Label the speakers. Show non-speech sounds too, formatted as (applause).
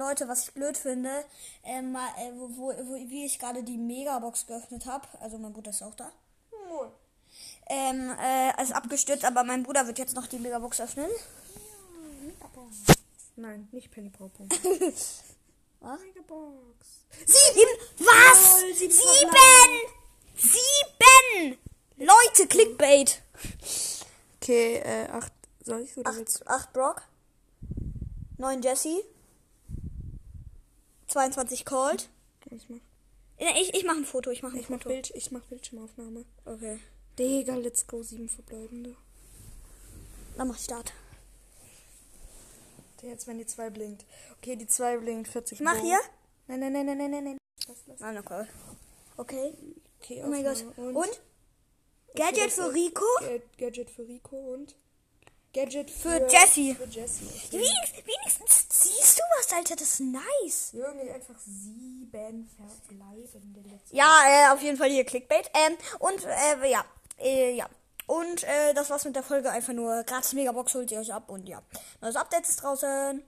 Speaker 1: Leute, was ich blöd finde, ähm, mal, äh, wo, wo, wo, wie ich gerade die Megabox geöffnet habe, also mein Bruder ist auch da,
Speaker 2: Moin.
Speaker 1: ähm, äh, ist abgestürzt, aber mein Bruder wird jetzt noch die Megabox öffnen. (laughs)
Speaker 2: Nein, nicht Penny Popo.
Speaker 1: Was?
Speaker 2: Megabox.
Speaker 1: Sieben! Was?
Speaker 2: Lol, sieben
Speaker 1: Sieben! Sieben! Leute, Clickbait!
Speaker 2: Okay, äh, acht. Soll ich oder willst
Speaker 1: Acht, acht Brock. Neun Jesse. 22 Cold.
Speaker 2: du? Ich mach,
Speaker 1: Ja, Ich, ich mache ein Foto, ich mache ein
Speaker 2: ich mach,
Speaker 1: Foto.
Speaker 2: Bild, ich mach Bildschirmaufnahme.
Speaker 1: Okay.
Speaker 2: Digga, let's go, sieben verbleibende.
Speaker 1: Dann mach ich Start.
Speaker 2: Jetzt, wenn die zwei blinkt. Okay, die zwei blinkt, 40
Speaker 1: Ich mach
Speaker 2: Euro.
Speaker 1: hier.
Speaker 2: Nein, nein, nein, nein, nein, nein, nein. Lass, lass.
Speaker 1: Ah, na cool. Okay.
Speaker 2: Okay,
Speaker 1: Oh mein Gott.
Speaker 2: Aufnahme.
Speaker 1: Und?
Speaker 2: Und?
Speaker 1: Gadget
Speaker 2: das
Speaker 1: für
Speaker 2: ist-
Speaker 1: Rico?
Speaker 2: Gad- Gadget für Rico und? Gadget für,
Speaker 1: Für Jessie.
Speaker 2: Für Jessie.
Speaker 1: Wenigstens, wenigstens siehst du was, Alter. Das ist nice.
Speaker 2: Irgendwie einfach sieben verbleibende letzte.
Speaker 1: Ja, äh, auf jeden Fall hier Clickbait. Ähm, und, äh, ja. Äh, ja. Und, äh, das war's mit der Folge. Einfach nur gratis Megabox holt ihr euch ab. Und ja. Neues Update Also ist draußen.